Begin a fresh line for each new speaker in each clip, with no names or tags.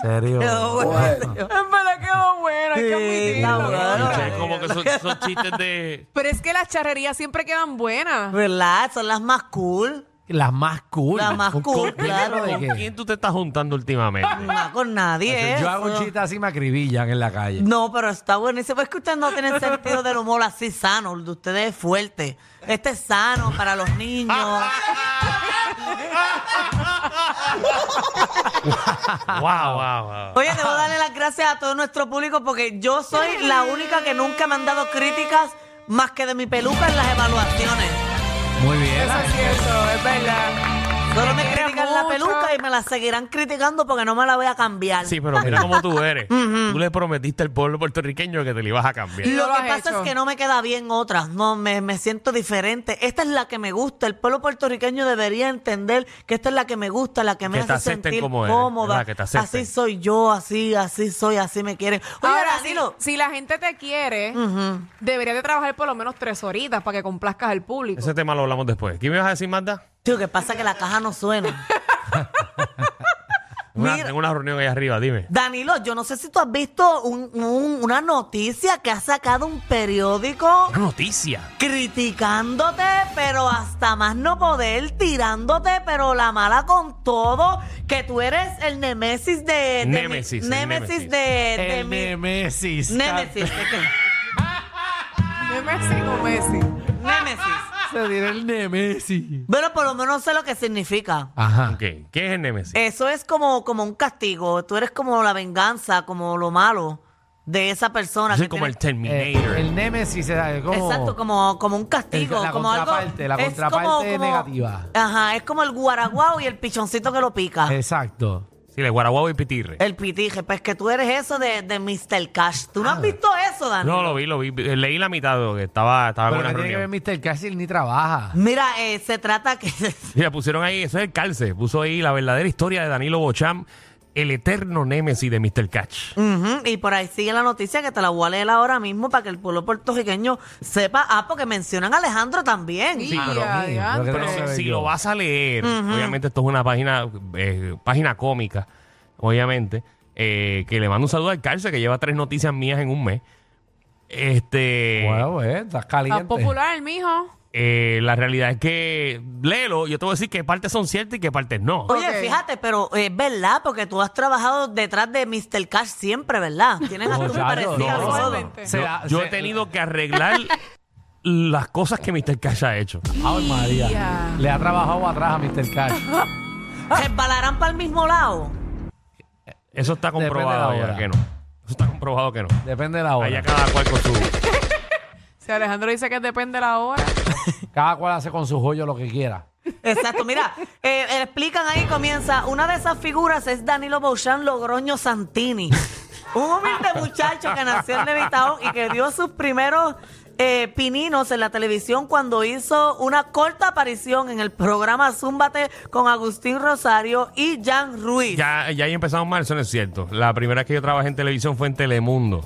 Serio.
Pero bueno,
En verdad quedó bueno, hay que
está
admitirlo.
bueno.
Escucha, es como que son, son chistes de...
Pero es que las charrerías siempre quedan buenas.
¿Verdad? Son las más cool.
Las más cool.
Las más
¿Con-
cool,
con-
claro.
¿De
¿Con
qué?
quién tú te estás juntando últimamente?
No con nadie.
Yo hago un
eso.
chiste así me acribillan en la calle.
No, pero está buenísimo. Es que ustedes no tienen sentido del humor así sano. El de ustedes es fuerte. Este es sano para los niños.
wow, wow, wow.
Oye, debo darle las gracias a todo nuestro público porque yo soy la única que nunca me han dado críticas más que de mi peluca en las evaluaciones.
Muy bien.
Eso
la
es
gente-
cierto, es verdad.
Solo me
quiere
critican la
mucho.
peluca y me la seguirán criticando porque no me la voy a cambiar.
Sí, pero mira cómo tú eres. Tú le prometiste al pueblo puertorriqueño que te le ibas a cambiar.
no
Lo
lo
que
has
pasa
hecho.
es que no me queda bien otras, no, me, me siento diferente. Esta es la que me gusta, el pueblo puertorriqueño debería entender que esta es la que me gusta, la que me
Que te
hace
acepten
sentir
como eres,
cómoda.
¿verdad? Que te acepten.
así soy yo, así, así soy, así me quieren. Oye,
Ahora, si,
Danilo,
si la gente te quiere, deberías de trabajar por lo menos tres horitas para que complazcas al público.
Ese tema lo hablamos después. ¿Qué me vas a decir, Magda?
tío, que pasa que la caja no suena.
Una-
Mira.
tengo una reunión ahí arriba, dime.
Danilo, yo no sé si tú has visto un- un- una noticia que ha sacado un periódico
Una noticia.
criticándote, pero hasta más no poder, tirándote, pero la mala con todo, que tú eres el némesis de... de mi-
Némesis, el némesis.
némesis de... de
El
mi-
Nemesis.
némesis. es que-
¿De Messi o Messi?
némesis.
Se dirá el Nemesis.
Bueno, por lo menos sé lo que significa.
Ajá.
Ok, ¿Qué es el Nemesis?
Eso es como, como un castigo. Tú eres como la venganza, como lo malo de esa persona.
Soy
que
como el
tiene-
Eh,
Terminator.
el Nemesis es como...
Exacto, como, como un castigo.
El- la
como algo-
contraparte, la
es
contraparte negativa. Eh,
Ajá, es como el guaraguao y el pichoncito que lo pica.
Exacto.
Sí, el guaraguao y pitirre.
El pitije, pues que tú eres eso de, de Mr. Cash. ¿Tú no has visto eso, Dani?
Ah. No, lo vi, lo vi. eh, Leí la mitad de lo que estaba, estaba en
Pero
una
que tiene que ver
reunión.
Mr. Castle ni trabaja.
Mira, eh, se trata que...
Mira, pusieron ahí, eso es el calce. Puso ahí la verdadera historia de Danilo Bocham, el eterno Nemesis de Mr. Catch.
Mm.
Ujú, y por ahí sigue la noticia que te la voy a leer ahora mismo para que el pueblo puertorriqueño sepa. Ah, porque mencionan a Alejandro también.
Sí,
pero-
adiante.
pero
Pero
Creo que
si, si
yo.
lo vas a leer, obviamente esto es una página, eh, página cómica, obviamente, eh, que le mando un saludo al calce que lleva tres noticias mías en un mes. Este,
Bueno, pues, estás
Más
caliente.
popular, mijo.
eh, la realidad es que léelo, yo te voy a decir qué partes son ciertas y qué partes no.
Oye,
Ok.
fíjate, pero es verdad, porque tú has trabajado detrás de Mr. Cash siempre, ¿verdad? Tienes hasta un
Muchacho,
parecido.
no.
a todo.
Igualmente.
Se
yo,
la-
yo
se-
he tenido que arreglar las cosas que Mr. Cash ha hecho.
Ay, María.
Ya.
Le ha trabajado atrás a Mr. Cash.
¿Se ¿Resbalarán para el mismo lado?
Eso está
Depende de la
comprobado ya
hora.
que no. Eso está comprobado que no.
Depende de la hora.
Allá cada cual con su.
Si Alejandro dice que depende de la hora.
Cada cual hace con su joyo lo que quiera.
Exacto, mira, eh, eh, explican ahí, comienza. Una de esas figuras es Danilo Bouchan Logroño Santini. Un humilde muchacho que nació en Levitown y que dio sus primeros eh, pininos en la televisión cuando hizo una corta aparición en el programa Zúmbate con Agustín Rosario y Jan Ruiz.
Ya, ya ahí empezamos mal, eso no es cierto. La primera vez que yo trabajé en televisión fue en Telemundo.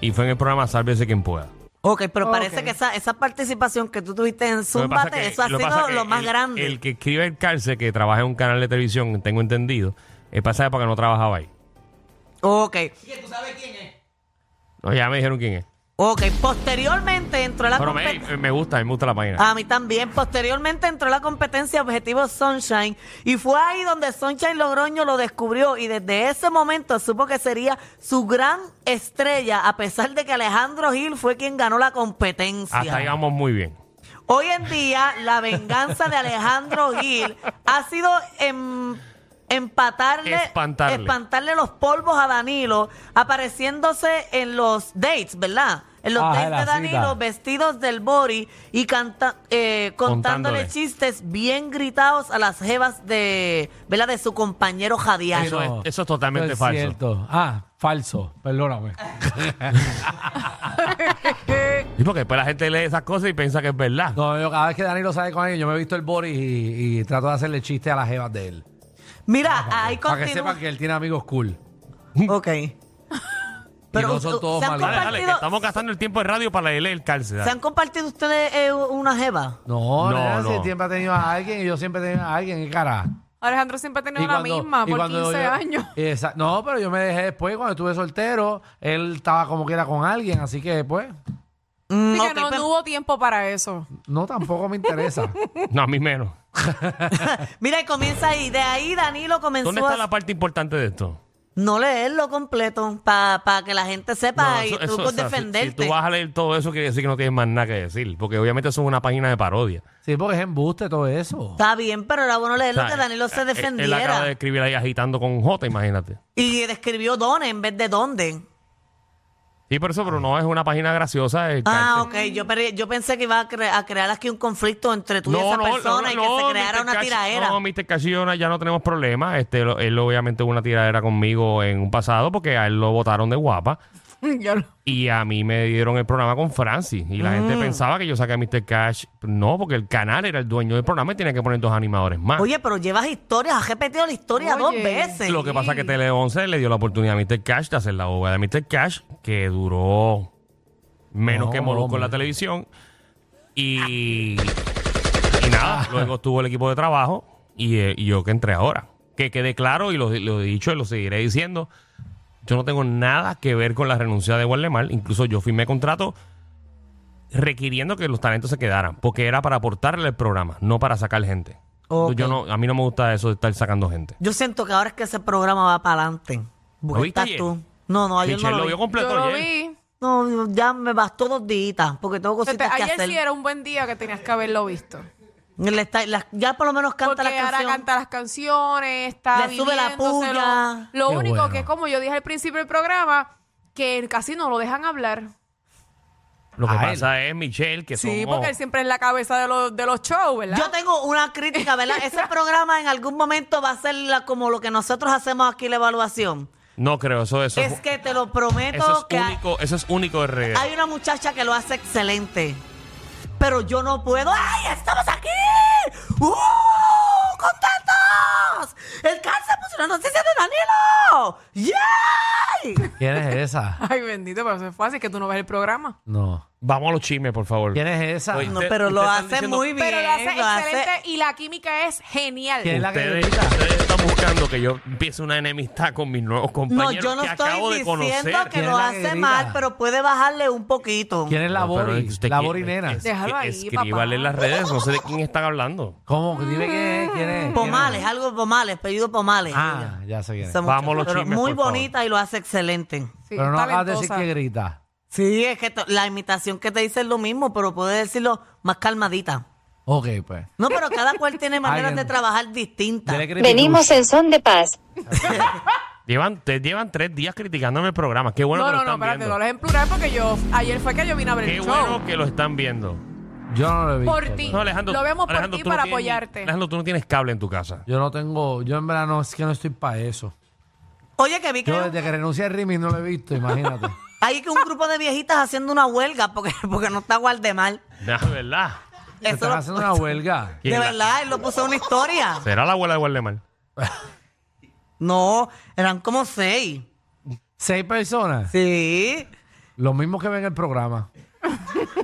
Y fue en el programa Sálvese quien pueda.
Ok, pero parece
Ok.
que esa, esa participación que tú tuviste en
Lo que pasa
Zúmbate,
que-
eso ha
lo que
sido
pasa que
lo más
el-
grande.
El que escribe el cárcel, que trabaja en un canal de televisión, tengo entendido, es pasa porque no trabajaba ahí.
Ok,
No, ya me dijeron quién es.
ok. Posteriormente entró la
Pero me,
competencia.
me gusta, me gusta la página.
A mí también. Posteriormente entró la competencia Objetivo Sunshine y fue ahí donde Sunshine Logroño lo descubrió y desde ese momento supo que sería su gran estrella a pesar de que Alejandro Gil fue quien ganó la competencia.
Hasta ahí vamos muy bien.
Hoy en día, la venganza de Alejandro Gil ha sido em- empatarle,
Espantarle.
espantarle los polvos a Danilo, apareciéndose en los dates, ¿verdad? En los
Ah, en
dates de
la
Danilo,
cita.
vestidos del body y canta, eh, contándole,
Contándole.
chistes bien gritados a las jevas de, ¿verdad? de su compañero Jadiano.
Eso es- eso es totalmente
eso es
falso.
Cierto. Ah, falso. Perdóname.
Y porque después la gente lee esas cosas y piensa que es verdad.
No, yo cada vez que Danilo sale con alguien, yo me he visto el Boris y, y trato de hacerle chiste a las jevas de él.
Mira, ahí
Ah, Para que sepan
continúa.
que él tiene amigos cool.
Ok. Pero
no son todos
se han
Dale,
malos.
dale, que
compartido,
estamos gastando el tiempo de radio para leer el cárcel.
¿se han compartido ustedes eh, una jeva.
No,
No,
no, Si
no.
siempre ha tenido a alguien y yo siempre he tenido a alguien. ¿Qué cara?
Alejandro siempre ha tenido
Y
la
cuando-
misma
y
por 15
cuando yo-
años.
Esa- no, pero yo me dejé después. Cuando estuve soltero, él estaba como quiera con alguien. Así que, pues,
Mm,
Así que
ok,
no,
pero-
no hubo tiempo para eso.
no tampoco me interesa.
No, a mí menos.
Mira, y comienza ahí. De ahí Danilo comenzó
¿Dónde está
a
la parte importante de esto?
no leerlo completo para que la gente sepa
No, eso-
y tú puedes
eso, o sea, si- Si,
defenderte.
tú vas a leer todo eso, quiere decir que no tienes más nada que decir. Porque obviamente eso es una página de parodia.
sí, porque es embuste todo eso.
Está bien, pero era bueno leerlo
O sea,
que Danilo
eh,
se
él- Él acaba
defendiera.
de escribir ahí agitando con J, imagínate.
Y describió Done en vez de dónde.
Sí, por eso, pero no es una página graciosa. es
Ah,
cárcel.
ok. Yo, pe- yo pensé que iba a, cre- a crear aquí un conflicto entre tú y esa persona y que se creara
Mr.
una
Cash-
tiradera.
No, Mr. Cash y yo no- ya no tenemos problemas. Este, lo- él obviamente hubo una tiradera conmigo en un pasado porque a él lo votaron de guapa.
Yo lo-
Y a mí me dieron el programa con Francis. Y la
Mm.
gente pensaba que yo saqué a Mr. Cash. No, porque el canal era el dueño del programa y tenía que poner dos animadores más.
Oye, pero llevas historias, has repetido la historia dos
Oye.
veces.
Lo que pasa es que Tele 11 le dio la oportunidad a Mr. Cash de hacer la obra de Mr. Cash, que duró menos
No,
que Molusco en la
hombre.
televisión.
Ah.
Y, y nada, luego estuvo el equipo de trabajo y, eh, y yo que entré ahora. que quede claro y lo, lo he dicho y lo seguiré diciendo. Yo no tengo nada que ver con la renuncia de Guardemar. Incluso yo firmé contrato requiriendo que los talentos se quedaran, porque era para aportarle al programa, no para sacar gente.
Ok.
Yo no, a mí no me gusta eso de estar sacando gente.
Yo siento que ahora es que ese programa va para adelante.
¿Lo viste
Estás
ayer?
tú. No, no, ayer
Michelle
no
lo
lo
vio
vi.
completo
Yo lo
ayer.
vi.
No, ya me bastó dos días porque tengo
Te- te-
cositas que
ayer
hacer.
sí era un buen día que tenías que haberlo visto.
Le está- la- ya por lo menos canta
Porque
la
ahora
canción.
canta las canciones, está
Le sube la
viviéndoselo.
puya.
Lo
Qué
único
bueno.
que, como yo dije al principio del programa, que casi no lo dejan hablar.
Lo que
A él.
pasa es, Michelle, que
Oh.
Sí,
somos-
porque él siempre es la cabeza de los, de los shows, ¿verdad?
Yo tengo una crítica, ¿verdad? Ese programa en algún momento va a ser la- como lo que nosotros hacemos aquí la evaluación.
No creo, eso, eso
Es que te lo prometo
Eso
que
es
hay,
único, eso es único de reggaetón.
hay una muchacha que lo hace excelente. Pero yo no puedo. ¡Ay, estamos aquí! ¡Uh! ¡Contentos! ¡El cáncer puso una noticia de Danilo! ¡Yay!
¿Quién es esa?
Ay, bendito, pero eso es fácil, que tú no ves el programa.
No.
Vamos a los chismes, por favor.
¿Quién es esa?
Oye,
Pues No,
Usted-
pero lo
ustedes están
hace
diciendo-
muy bien.
Pero lo hace
lo hace-
excelente y la química es genial.
¿Quién es la que
Ustedes,
grita?
ustedes están buscando que yo empiece una enemistad con mis nuevos
No,
compañeros
yo no
que acabo
estoy
de conocer.
diciendo que
¿Quién
lo
es la que
hace
grita?
mal, pero puede bajarle un poquito.
¿Quién es la
No, pero
Bori?
es que usted
La
quiere-
Borinena.
es que
Déjalo ahí,
Escríbale
papá.
en las redes, no sé de quién están hablando.
¿Cómo? Dime quién es. ¿Quién es? ¿Quién es?
Pomales, algo Pomales, pedido Pomales.
Ah, ya sé quién es.
Esa
Vamos
muchacha.
a los
Pero
chismes,
Muy
por favor.
bonita y lo hace excelente.
Sí,
Pero no acabas de decir
talentosa.
que grita.
Sí, es que to- la imitación que te dice es lo mismo, pero puede decirlo más calmadita.
Ok, pues.
No, pero cada cual tiene maneras de
Alguien-
trabajar distintas.
Dele creepy
Venimos
goose.
en son de paz.
Llevan, te llevan tres días criticándome el programa. Qué bueno
no,
que
no,
lo
no,
están
espérate,
viendo.
no lo es en plural porque yo, ayer fue que yo vine a ver
Qué
el show.
bueno que lo están viendo.
Yo no lo he visto.
Por ti.
No, Alejandro,
Lo vemos por
Alejandro,
ti
tú no
para
tienes ni-
apoyarte.
Alejandro, tú no tienes cable en tu casa.
pues. Yo no tengo, yo en verano es que no estoy para eso.
Oye, que vi que
Yo
hay un,
desde que renuncié al Rimi no lo he visto, imagínate.
hay que un grupo de viejitas haciendo una huelga porque, porque no está Guardemar.
La verdad.
Se
Eso
están
lo-
haciendo una huelga.
de verdad, él lo puso en una historia.
¿Será la abuela de Guardemar?
No, eran como seis.
Seis personas,
Sí.
los mismos que ven el programa.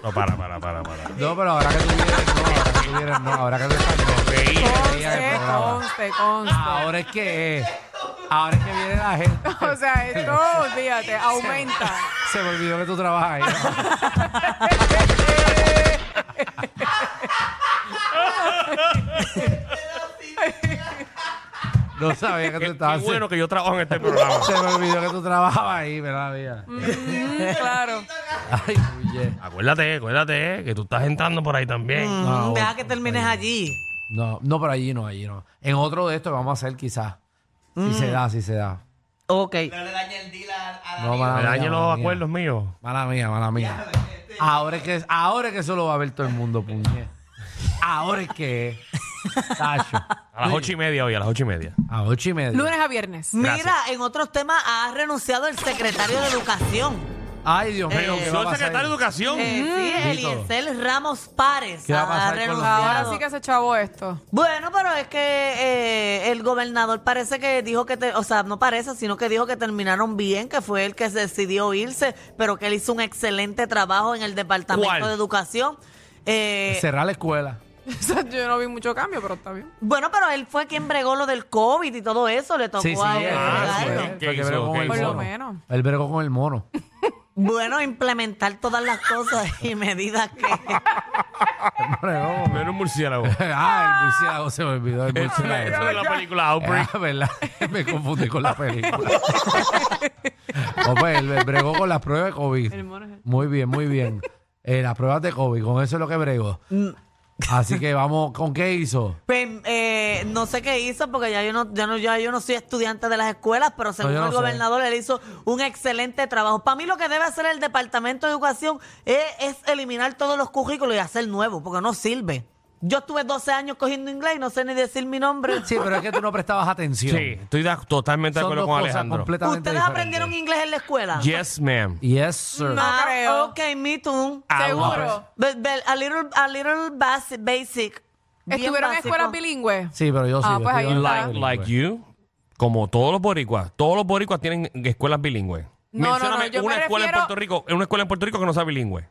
No, para, para, para, para.
No, pero ahora que tú vienes, no, ahora que tú vienes, no, ahora que tú estás, no.
Conste, conste, conste.
Ahora es que es, ahora es que viene la gente.
O sea, esto, fíjate, aumenta.
Se me olvidó que tú trabajas ahí. No sabía que
Qué,
tú
qué
estabas.
bueno que yo trabajo en este programa.
Se me olvidó que tú trabajabas ahí, ¿verdad? mía?
Mm, claro.
Ay,
Mm,
oye.
Acuérdate, acuérdate, que tú estás entrando por ahí también.
Mm.
No,
Deja que termines allí.
no, no, pero allí no, allí no. En otro de estos vamos a hacer quizás. Si se da, si se da.
Ok.
No, mala
Me dañe
mía,
los
mala mía.
acuerdos míos.
Mala mía, mala mía. Ahora es que, ahora es que eso lo va a ver todo el mundo, puñe. Ahora es que es. Tacho.
A las ocho y media hoy, a las ocho y media.
A ocho y media.
Lunes a viernes.
Mira, en otros temas ha renunciado el secretario de Educación.
Ay, Dios mío.
Eh,
¿qué va a
Renunció el
pasar?
secretario de Educación.
Eh, sí,
Dito.
Eliezer Ramos Párez
¿Qué va a pasar
ha
con los-
renunciado.
Ahora sí que se chavo esto.
Bueno, pero es que eh, el gobernador parece que dijo que, te- o sea, no parece, sino que dijo que terminaron bien, que fue el que se decidió irse, pero que él hizo un excelente trabajo en el Departamento
¿Cuál?
de Educación. Eh,
Cerrar la escuela.
O sea, yo no vi mucho cambio, pero está bien.
bueno, pero él fue quien bregó lo del COVID y todo eso, le tocó
Sí, eh, sí.
a él.
es,
Ah,
bregarlo.
es,
sí.
es,
¿Qué
porque
hizo?
bregó con
¿Qué
el
hizo?
mono.
Por lo menos.
Él bregó con el mono.
Bueno, implementar todas las cosas y medidas que...
Bregó con-
No era un murciélago.
ah, el murciélago se me olvidó. El
Eso
murciélago.
eso de la película Outbreak.
Ah, ¿verdad? Me confundí con la película. no, pues, él bregó con las pruebas de COVID. Muy bien, muy bien. Eh, las pruebas de COVID, con eso es lo que bregó.
Mm.
Así que vamos, ¿con qué hizo?
Pues, eh, no sé qué hizo porque ya yo no, ya no, ya yo no soy estudiante de las escuelas, pero según
yo no
el
sé.
gobernador él hizo un excelente trabajo. Para mí lo que debe hacer el Departamento de Educación es, es eliminar todos los currículos y hacer nuevos, porque no sirve. Yo estuve 12 años cogiendo inglés y no sé ni decir mi nombre.
Sí, pero es que tú no prestabas atención.
Sí, estoy de- totalmente de
Son
acuerdo
dos
con
cosas
Alejandro.
completamente
¿Ustedes
diferentes.
aprendieron inglés en la escuela?
Yes, ma'am.
Yes, sir.
No.
Ah,
creo.
Ok, me too.
Seguro.
But- but a little, a little basi- basic. bien
¿Estuvieron en
básico.
escuelas bilingües?
Sí, pero yo sí.
Ah,
yo
pues
estoy
ahí
en la
está.
Like,
bilingüe.
like you, como todos los boricuas, todos los boricuas tienen escuelas bilingües.
No, no, no,
Mencióname
yo me
una escuela en
refiero-
Puerto Rico, una escuela en Puerto Rico que no sea bilingüe.
Ah,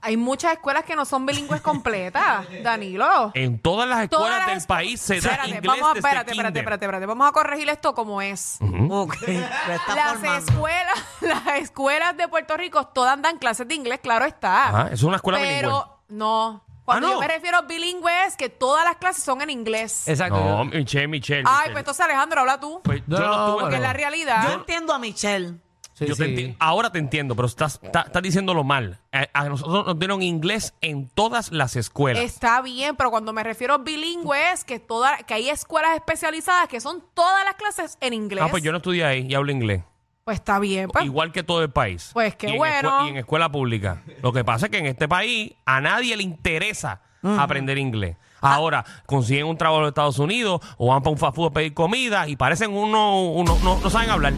hay muchas escuelas que no son bilingües completas, Danilo.
En todas las Eh, escuelas
Todas las
del
escu-
país se da
Espérate,
inglés
vamos a,
desde
espérate, espérate,
kinder.
espérate, espérate. Vamos a corregir esto como es.
Ok, lo está
Las
formando.
escuelas, las escuelas de Puerto Rico todas dan clases de inglés, claro está.
Ajá, es una escuela
pero
bilingüe.
no. Cuando
Ah,
yo
¿no?
me refiero a bilingüe es que todas las clases son en inglés.
Exacto.
No, Michelle, Michelle.
Ay,
Michelle.
pues entonces Alejandro, habla tú.
Pues yo
No,
no tuve
pero-
porque es la
Yo
realidad.
entiendo a Michelle.
Sí,
Yo te
sí.
enti- ahora te entiendo, pero estás, está- estás diciéndolo mal. A, a nosotros nos dieron inglés en todas las escuelas.
Está bien, pero cuando me refiero a bilingüe es que, toda, que hay escuelas especializadas que son todas las clases en inglés.
Ah, pues yo no estudié ahí y hablo inglés.
Pues está bien, pues.
Igual que todo el país.
Pues qué
Y en escue-
bueno.
y en escuela pública. Lo que pasa es que en este país a nadie le interesa aprender inglés. Ahora, consiguen un trabajo en los Estados Unidos o van para un fast food a pedir comida y parecen uno, uno no, no saben hablar.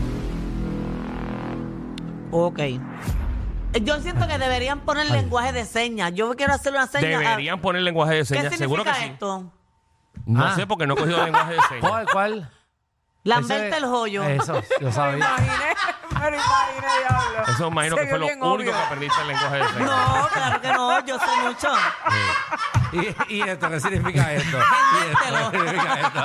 Ok. Yo siento que deberían poner lenguaje de señas. Yo quiero hacer una seña. ah,
Deberían poner lenguaje de
¿Qué
señas,
significa
seguro que sí.
esto?
No
Ah.
sé porque no he cogido lenguaje de señas.
Pues,
¿Cuál? ¿Cuál?
Lamberte
Ese-
el joyo.
Eso, yo sabía.
imaginé, me lo imaginé, diablo.
Eso imagino
Se
que fue lo
vio bien
único
obvio.
que aprendiste el lenguaje de señas.
No, claro que no, yo sé mucho.
¿Y, y esto qué significa esto? ¿Y esto qué significa esto?